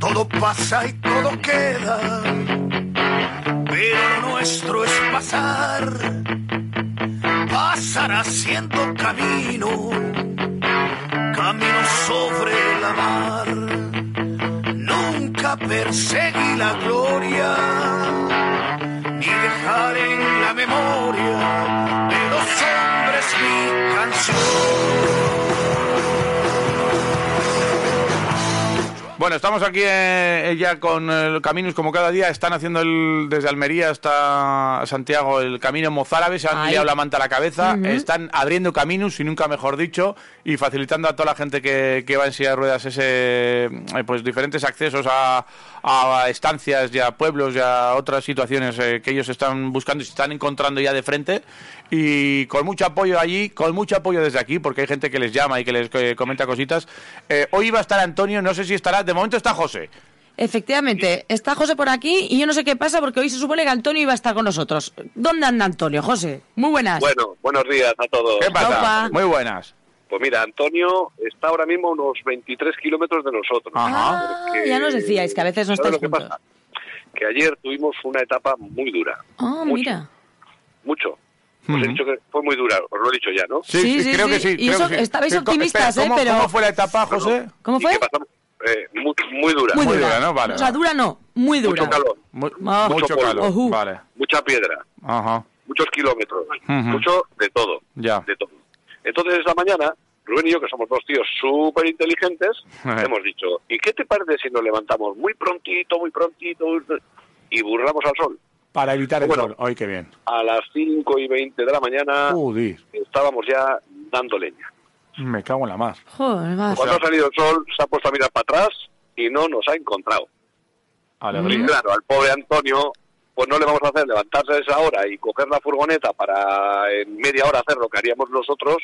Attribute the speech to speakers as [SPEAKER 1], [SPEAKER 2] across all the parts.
[SPEAKER 1] Todo pasa y todo queda, pero lo nuestro es pasar. Pasar haciendo camino, camino sobre la mar. Nunca perseguí la gloria, ni dejar en la memoria de los hombres mi canción.
[SPEAKER 2] Bueno, estamos aquí eh, ya con el Caminus como cada día. Están haciendo el, desde Almería hasta Santiago el camino mozárabe. Se han
[SPEAKER 3] Ay.
[SPEAKER 2] liado la manta a la cabeza.
[SPEAKER 3] Ujú.
[SPEAKER 2] Están abriendo caminos, y nunca mejor dicho, y facilitando a toda la gente que, que va en silla de ruedas ese, eh, pues diferentes accesos a, a estancias, ya a pueblos, ya a otras situaciones eh, que ellos están buscando y se están encontrando ya de frente. Y con mucho apoyo allí, con mucho apoyo desde aquí, porque hay gente que les llama y que les eh, comenta cositas. Eh, hoy va a estar Antonio, no sé si estará, de momento está José.
[SPEAKER 3] Efectivamente, está José por aquí y yo no sé qué pasa porque hoy se supone que Antonio iba a estar con nosotros. ¿Dónde anda Antonio, José? Muy buenas.
[SPEAKER 4] Bueno, buenos días a todos.
[SPEAKER 2] ¿Qué pasa?
[SPEAKER 3] Opa.
[SPEAKER 2] Muy buenas.
[SPEAKER 4] Pues mira, Antonio está ahora mismo a unos 23 kilómetros de nosotros.
[SPEAKER 2] Ajá.
[SPEAKER 3] Ah,
[SPEAKER 4] Porque-
[SPEAKER 3] ya nos decíais que a veces no estáis
[SPEAKER 4] ¿Sabes lo que
[SPEAKER 3] juntos.
[SPEAKER 4] pasa? Que ayer tuvimos una etapa muy dura.
[SPEAKER 3] Ah,
[SPEAKER 4] Mucho,
[SPEAKER 3] mira.
[SPEAKER 4] Mucho. Os he
[SPEAKER 2] Ujú.
[SPEAKER 4] dicho que fue muy dura, os lo he dicho ya, ¿no?
[SPEAKER 2] Sí,
[SPEAKER 3] Sí,
[SPEAKER 2] sí,
[SPEAKER 3] sí,
[SPEAKER 2] creo
[SPEAKER 3] sí.
[SPEAKER 2] que sí.
[SPEAKER 3] Y
[SPEAKER 2] creo
[SPEAKER 3] eso-
[SPEAKER 2] que sí.
[SPEAKER 3] estabais
[SPEAKER 2] Pero ¿cómo-
[SPEAKER 3] optimistas,
[SPEAKER 2] espera,
[SPEAKER 3] ¿eh?
[SPEAKER 2] ¿cómo-
[SPEAKER 3] Pero-
[SPEAKER 2] ¿Cómo fue la etapa, José?
[SPEAKER 3] ¿Cómo
[SPEAKER 4] Y
[SPEAKER 3] fue?
[SPEAKER 4] que pasamos, eh, muy, muy dura.
[SPEAKER 3] Muy
[SPEAKER 2] Muy
[SPEAKER 3] dura.
[SPEAKER 2] dura, ¿no? Vale.
[SPEAKER 3] O sea, dura no, muy dura.
[SPEAKER 4] Mucho calor,
[SPEAKER 2] Mu-
[SPEAKER 3] Ah.
[SPEAKER 2] Mucho
[SPEAKER 4] Ojo.
[SPEAKER 2] calor.
[SPEAKER 3] Ojú.
[SPEAKER 2] Vale.
[SPEAKER 4] mucha piedra,
[SPEAKER 2] Ajá.
[SPEAKER 4] muchos kilómetros,
[SPEAKER 2] Ujú.
[SPEAKER 4] mucho de todo.
[SPEAKER 2] Ya.
[SPEAKER 4] De todo. Entonces, esta mañana, Rubén y yo, que somos dos tíos súper inteligentes,
[SPEAKER 2] Ajá.
[SPEAKER 4] hemos dicho, ¿y qué te parece si nos levantamos muy prontito, muy prontito y burlamos al sol?
[SPEAKER 2] Para evitar el
[SPEAKER 4] Bueno.
[SPEAKER 2] sol. Ay, qué bien.
[SPEAKER 4] A las 5 y 20 de la mañana
[SPEAKER 2] Uy,
[SPEAKER 4] estábamos ya dando leña.
[SPEAKER 2] me cago en la mar.
[SPEAKER 3] Joder, va.
[SPEAKER 4] Cuando ha salido el sol, se ha puesto a mirar para atrás y no nos ha encontrado. Y
[SPEAKER 2] Alegría.
[SPEAKER 4] claro, al pobre Antonio, pues no le vamos a hacer levantarse a esa hora y coger la furgoneta para en media hora hacer lo que haríamos nosotros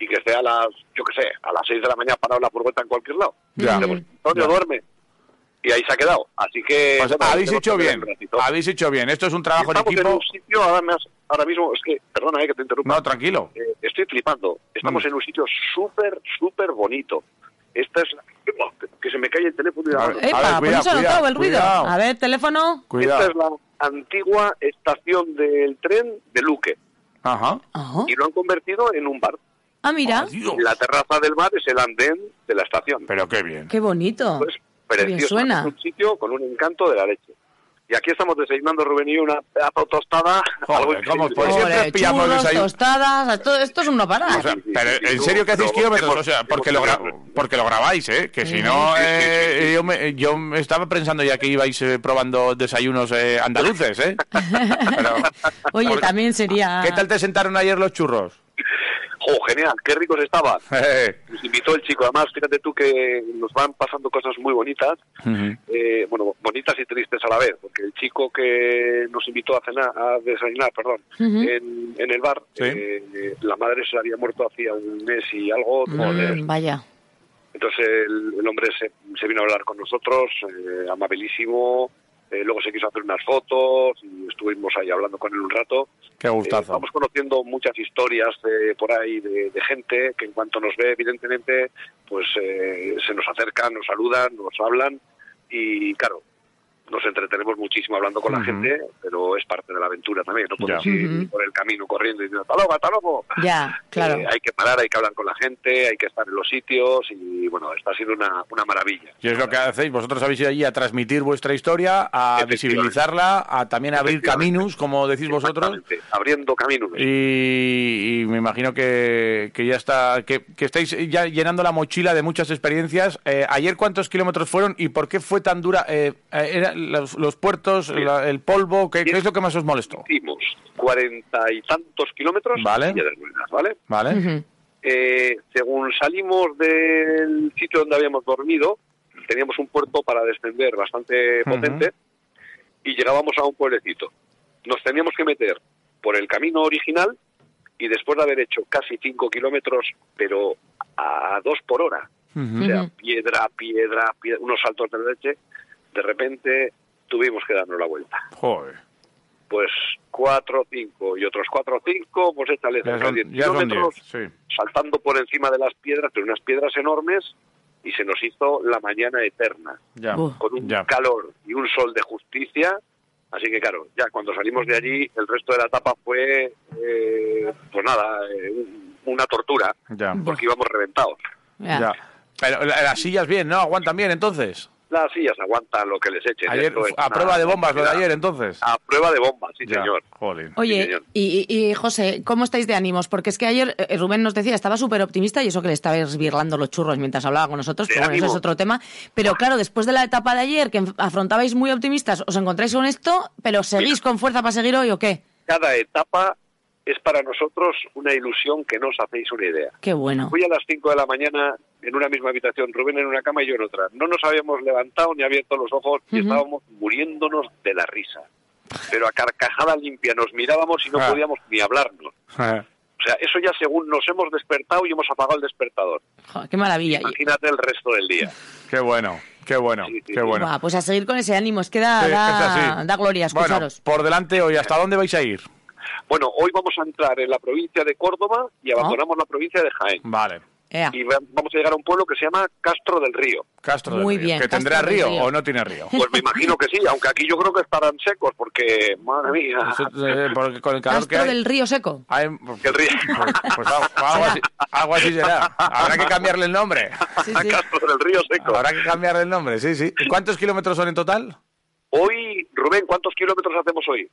[SPEAKER 4] y que esté a las, yo qué sé, a las 6 de la mañana parado la furgoneta en cualquier lado.
[SPEAKER 2] Ya.
[SPEAKER 4] Hemos- Antonio duerme. Y ahí se ha quedado. Así que...
[SPEAKER 2] Pues
[SPEAKER 4] bueno,
[SPEAKER 2] habéis
[SPEAKER 4] tenemos
[SPEAKER 2] hecho
[SPEAKER 4] que ver
[SPEAKER 2] bien.
[SPEAKER 4] un ratito.
[SPEAKER 2] Habéis hecho bien. Esto es un trabajo en
[SPEAKER 4] Estamos en
[SPEAKER 2] equipo.
[SPEAKER 4] un sitio ahora, más- ahora mismo, es que, perdona eh, que te interrumpa,
[SPEAKER 2] No, Mm. tranquilo.
[SPEAKER 4] Eh, estoy flipando. Estamos
[SPEAKER 2] Vamos.
[SPEAKER 4] en un sitio súper, súper bonito. Esta es... Que se me cae el teléfono y la
[SPEAKER 2] A
[SPEAKER 4] mano.
[SPEAKER 2] ver,
[SPEAKER 3] Epa, por
[SPEAKER 2] cuidado,
[SPEAKER 3] eso ha notado el ruido.
[SPEAKER 2] cuidado.
[SPEAKER 3] A ver, teléfono.
[SPEAKER 4] Esta
[SPEAKER 2] Cuidado.
[SPEAKER 4] es la antigua estación del tren de Luque
[SPEAKER 2] Ajá.
[SPEAKER 3] Ajá.
[SPEAKER 4] y lo han convertido en un bar.
[SPEAKER 3] Ah, mira.
[SPEAKER 2] Dios.
[SPEAKER 4] La terraza del bar es el andén de la estación.
[SPEAKER 2] Pero qué bien.
[SPEAKER 3] Qué bonito.
[SPEAKER 4] Pues
[SPEAKER 3] Qué
[SPEAKER 4] precioso,
[SPEAKER 3] bien suena.
[SPEAKER 4] es un sitio con un encanto de la leche. Y aquí estamos desayunando, Rubén y yo, una pedazo de tostada.
[SPEAKER 2] Joder,
[SPEAKER 4] algo
[SPEAKER 2] ¿cómo
[SPEAKER 4] increíble.
[SPEAKER 2] pues podéis? siempre
[SPEAKER 3] Ole,
[SPEAKER 2] pillamos
[SPEAKER 3] churros,
[SPEAKER 2] desayuno.
[SPEAKER 3] tostadas, esto, esto es un no parar.
[SPEAKER 2] O sea,
[SPEAKER 4] Sí, sí,
[SPEAKER 2] pero
[SPEAKER 4] sí, sí,
[SPEAKER 2] en
[SPEAKER 4] no,
[SPEAKER 2] serio que hacéis
[SPEAKER 4] pero
[SPEAKER 2] kilómetros,
[SPEAKER 4] hemos-
[SPEAKER 2] o sea,
[SPEAKER 4] hemos
[SPEAKER 2] porque lo, gra-
[SPEAKER 4] logrado.
[SPEAKER 2] porque lo grabáis, ¿eh? Que si no, eh, Yo, me, yo me estaba pensando ya que ibais eh, probando desayunos eh, andaluces, ¿eh? Pero-
[SPEAKER 3] Oye,
[SPEAKER 2] porque-
[SPEAKER 3] también sería...
[SPEAKER 2] ¿Qué tal te sentaron ayer los churros?
[SPEAKER 4] ¡Jo, Oh, genial! ¡Qué ricos estaban!
[SPEAKER 2] Eh,
[SPEAKER 4] Nos invitó el chico, además, fíjate tú que nos van pasando cosas muy bonitas,
[SPEAKER 2] Ujú.
[SPEAKER 4] eh, bueno, bonitas y tristes a la vez, porque el chico que nos invitó a cenar, a desayunar, perdón,
[SPEAKER 3] Ujú.
[SPEAKER 4] en, en el bar,
[SPEAKER 2] Sí.
[SPEAKER 4] eh, la madre se había muerto hacía un mes y algo,
[SPEAKER 3] Mm,
[SPEAKER 4] joder.
[SPEAKER 3] vaya.
[SPEAKER 4] Entonces el, el hombre se, se vino a hablar con nosotros, eh, amabilísimo. eh, luego se quiso hacer unas fotos y estuvimos ahí hablando con él un rato.
[SPEAKER 2] Qué
[SPEAKER 4] Eh,
[SPEAKER 2] gustazo.
[SPEAKER 4] vamos conociendo muchas historias eh, por ahí de, de gente que en cuanto nos ve, evidentemente, pues eh, se nos acercan, nos saludan, nos hablan y claro, nos entretenemos muchísimo hablando con la
[SPEAKER 2] Ujú.
[SPEAKER 4] gente, pero es parte de la aventura también. No puedes
[SPEAKER 2] Ya.
[SPEAKER 4] ir
[SPEAKER 3] Ujú.
[SPEAKER 4] por el camino corriendo y diciendo, hasta luego, hasta luego.
[SPEAKER 3] Ya, claro.
[SPEAKER 4] Eh, hay que parar, hay que hablar con la gente, hay que estar en los sitios y bueno, está siendo una, una maravilla.
[SPEAKER 2] Y es lo que hacéis, vosotros habéis ido allí a transmitir vuestra historia, a
[SPEAKER 4] Efectivamente.
[SPEAKER 2] visibilizarla, a también abrir
[SPEAKER 4] Efectivamente.
[SPEAKER 2] caminos, como decís vosotros.
[SPEAKER 4] Exactamente, Abriendo caminos.
[SPEAKER 2] Y, y me imagino que, que ya está, que, que estáis ya llenando la mochila de muchas experiencias. Eh, ayer, ¿cuántos kilómetros fueron y por qué fue tan dura? Eh, eh, era los, los puertos, la- el polvo, ¿qué, qué es lo que más os molestó?
[SPEAKER 4] Hicimos cuarenta y tantos kilómetros
[SPEAKER 2] Vale.
[SPEAKER 4] y ya de ruedas, ¿vale?
[SPEAKER 2] ¿Vale?
[SPEAKER 3] Ujú.
[SPEAKER 4] Eh, según salimos del sitio donde habíamos dormido, teníamos un puerto para descender bastante
[SPEAKER 2] Ujú.
[SPEAKER 4] potente y llegábamos a un pueblecito. Nos teníamos que meter por el camino original y después de haber hecho casi 5 kilómetros, pero a dos por hora, o sea,
[SPEAKER 3] Ujú.
[SPEAKER 4] piedra, piedra, piedra, unos saltos de leche, de repente tuvimos que darnos la vuelta
[SPEAKER 2] Joder.
[SPEAKER 4] pues 4 5 y otros 4 5, pues échale
[SPEAKER 2] Ya
[SPEAKER 4] cerca
[SPEAKER 2] son,
[SPEAKER 4] de 10
[SPEAKER 2] ya son
[SPEAKER 4] kilómetros
[SPEAKER 2] 10, sí.
[SPEAKER 4] saltando por encima de las piedras, pero unas piedras enormes y se nos hizo la mañana eterna
[SPEAKER 2] Ya.
[SPEAKER 3] Uh.
[SPEAKER 4] con un
[SPEAKER 2] ya.
[SPEAKER 4] calor y un sol de justicia. Así que claro, ya cuando salimos de allí, el resto de la etapa fue, eh, pues nada, eh, un- una tortura,
[SPEAKER 2] Ya.
[SPEAKER 4] porque íbamos reventados.
[SPEAKER 3] Ya.
[SPEAKER 2] Ya. Pero la- las sillas bien, ¿no? Aguantan bien, entonces.
[SPEAKER 4] Las sillas aguantan lo que les echen.
[SPEAKER 2] Ayer,
[SPEAKER 4] esto es
[SPEAKER 2] a
[SPEAKER 4] una
[SPEAKER 2] prueba de bombas lo de
[SPEAKER 4] barbaridad.
[SPEAKER 2] ayer, entonces.
[SPEAKER 4] A prueba de bombas, sí
[SPEAKER 2] Ya.
[SPEAKER 4] señor.
[SPEAKER 2] Jolín.
[SPEAKER 4] Sí,
[SPEAKER 3] Oye,
[SPEAKER 4] señor.
[SPEAKER 3] y, y- y, José, ¿cómo estáis de ánimos? Porque es que ayer eh, Rubén nos decía, estaba súper optimista y eso que le estaba esbirlando los churros mientras hablaba con nosotros,
[SPEAKER 4] De
[SPEAKER 3] pero bueno, ese
[SPEAKER 4] ánimo.
[SPEAKER 3] es otro tema. Pero claro, después de la etapa de ayer, que enf- afrontabais muy optimistas, os encontráis con esto, pero ¿seguís con fuerza para seguir hoy o qué?
[SPEAKER 4] cada etapa es para nosotros una ilusión que no os hacéis una idea.
[SPEAKER 3] Qué bueno.
[SPEAKER 4] Fui a las 5 de la mañana en una misma habitación, Rubén en una cama y yo en otra. No nos habíamos levantado ni abierto los ojos y estábamos muriéndonos de la risa. Pero a carcajada limpia nos mirábamos y no
[SPEAKER 2] Ah.
[SPEAKER 4] podíamos ni hablarnos. O sea, eso ya según nos hemos despertado y hemos apagado el despertador.
[SPEAKER 3] Jo, qué maravilla. Y-
[SPEAKER 4] Imagínate el resto del día.
[SPEAKER 2] qué bueno, qué bueno,
[SPEAKER 4] Sí, sí,
[SPEAKER 2] qué
[SPEAKER 4] sí.
[SPEAKER 2] bueno.
[SPEAKER 3] Buah, pues a seguir con ese ánimo, es que da,
[SPEAKER 2] Este, Sí,
[SPEAKER 3] da-
[SPEAKER 2] es así.
[SPEAKER 3] da gloria
[SPEAKER 2] Bueno,
[SPEAKER 3] escucharos.
[SPEAKER 2] por delante hoy, ¿hasta dónde vais a ir?
[SPEAKER 4] Bueno, hoy vamos a entrar en la provincia de Córdoba y abandonamos
[SPEAKER 2] Oh.
[SPEAKER 4] la provincia de Jaén.
[SPEAKER 2] Vale.
[SPEAKER 3] Ea.
[SPEAKER 4] Y va- vamos a llegar a un pueblo que se llama Castro del Río.
[SPEAKER 2] Castro del
[SPEAKER 3] Muy
[SPEAKER 2] Río.
[SPEAKER 3] bien,
[SPEAKER 2] ¿Que
[SPEAKER 3] Castro
[SPEAKER 2] tendrá
[SPEAKER 3] del
[SPEAKER 2] río,
[SPEAKER 3] Río.
[SPEAKER 2] o no tiene río?
[SPEAKER 4] Pues me imagino que sí, aunque aquí yo creo que estarán secos, porque, madre mía,
[SPEAKER 2] Eso, eh, porque con el calor que
[SPEAKER 3] Castro
[SPEAKER 2] hay,
[SPEAKER 3] del Río Seco.
[SPEAKER 2] hay-
[SPEAKER 4] el río.
[SPEAKER 2] Pues, pues algo, algo así, algo así será. Habrá que cambiarle el nombre.
[SPEAKER 3] Sí,
[SPEAKER 4] a
[SPEAKER 3] sí.
[SPEAKER 4] Castro del Río seco.
[SPEAKER 2] Habrá que cambiarle el nombre, sí, sí. ¿Y ¿Cuántos kilómetros son en total?
[SPEAKER 4] Hoy, Rubén, ¿cuántos kilómetros hacemos hoy?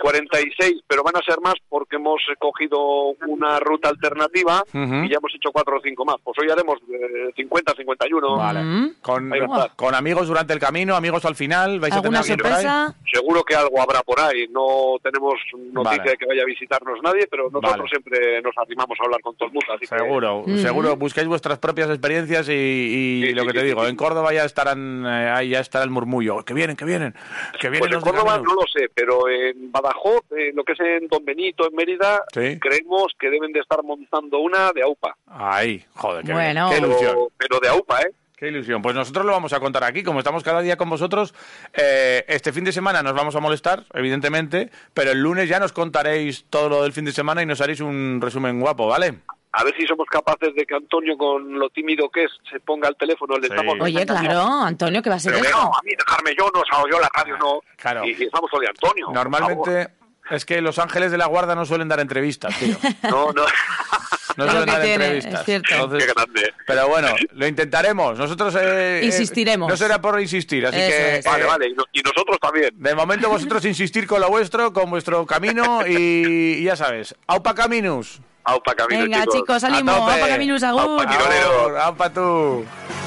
[SPEAKER 4] 46, pero van a ser más porque hemos cogido una ruta alternativa
[SPEAKER 2] Ujú.
[SPEAKER 4] y ya hemos hecho 4 o 5 más. Pues hoy haremos eh, 50, 51.
[SPEAKER 2] Vale. Con,
[SPEAKER 4] Ahí va a estar.
[SPEAKER 2] con amigos durante el camino, amigos al final. ¿Vais a tener
[SPEAKER 3] ¿Alguna
[SPEAKER 2] alguien por ahí?
[SPEAKER 3] sorpresa?
[SPEAKER 4] Seguro que algo habrá por ahí. No tenemos noticia
[SPEAKER 2] Vale.
[SPEAKER 4] de que vaya a visitarnos nadie, pero nosotros
[SPEAKER 2] Vale.
[SPEAKER 4] siempre nos animamos a hablar con todo el mundo. Así que-
[SPEAKER 2] Seguro, seguro. Buscáis vuestras propias experiencias y, y
[SPEAKER 4] Sí,
[SPEAKER 2] lo
[SPEAKER 4] sí,
[SPEAKER 2] que te
[SPEAKER 4] sí,
[SPEAKER 2] digo,
[SPEAKER 4] sí.
[SPEAKER 2] en Córdoba ya estarán, eh, ahí ya estará el murmullo. Que vienen, que vienen, que vienen
[SPEAKER 4] Pues en
[SPEAKER 2] los de
[SPEAKER 4] Córdoba
[SPEAKER 2] camino.
[SPEAKER 4] no lo sé, pero en Badajoz, eh, lo que es en Don Benito, en Mérida,
[SPEAKER 2] Sí.
[SPEAKER 4] creemos que deben de estar montando una de AUPA.
[SPEAKER 2] Ahí, joder, qué,
[SPEAKER 3] Bueno.
[SPEAKER 2] bien, qué ilusión.
[SPEAKER 4] Pero, pero de AUPA, ¿eh?
[SPEAKER 2] Qué ilusión. Pues nosotros lo vamos a contar aquí, como estamos cada día con vosotros. eh, este fin de semana nos vamos a molestar, evidentemente, pero el lunes ya nos contaréis todo lo del fin de semana y nos haréis un resumen guapo, ¿vale?
[SPEAKER 4] A ver si somos capaces de que Antonio, con lo tímido que es, se ponga al teléfono. Le
[SPEAKER 2] Sí.
[SPEAKER 4] estamos
[SPEAKER 3] Oye, claro, Antonio, ¿qué va a ser
[SPEAKER 4] Pero que no,
[SPEAKER 3] eso?
[SPEAKER 4] a mí dejarme yo, no, o sea, yo la radio no.
[SPEAKER 2] Claro.
[SPEAKER 4] Y, y estamos con de Antonio. por favor.
[SPEAKER 2] Normalmente es que los ángeles de la guarda no suelen dar entrevistas, tío.
[SPEAKER 4] No, no.
[SPEAKER 2] No
[SPEAKER 3] Es lo
[SPEAKER 2] suelen
[SPEAKER 3] que
[SPEAKER 2] dar
[SPEAKER 3] tiene,
[SPEAKER 2] entrevistas.
[SPEAKER 3] es cierto.
[SPEAKER 2] Entonces-
[SPEAKER 4] Qué grande.
[SPEAKER 2] Pero bueno, lo intentaremos. Nosotros eh, eh,
[SPEAKER 3] Insistiremos.
[SPEAKER 2] no será por insistir, así
[SPEAKER 3] Eso
[SPEAKER 2] que
[SPEAKER 3] es.
[SPEAKER 4] Vale,
[SPEAKER 2] eh,
[SPEAKER 4] vale. Y, no- y nosotros también.
[SPEAKER 2] de momento vosotros insistir con lo vuestro, con vuestro camino y, y ya sabes, aupa caminus.
[SPEAKER 4] AUPA camino,
[SPEAKER 3] Venga, chicos,
[SPEAKER 2] A
[SPEAKER 3] ánimo,
[SPEAKER 2] tope.
[SPEAKER 3] vamos a Minus
[SPEAKER 4] Vamos,
[SPEAKER 3] Agur.
[SPEAKER 4] Tirolero.
[SPEAKER 2] Aur, aupa tú.
[SPEAKER 1] este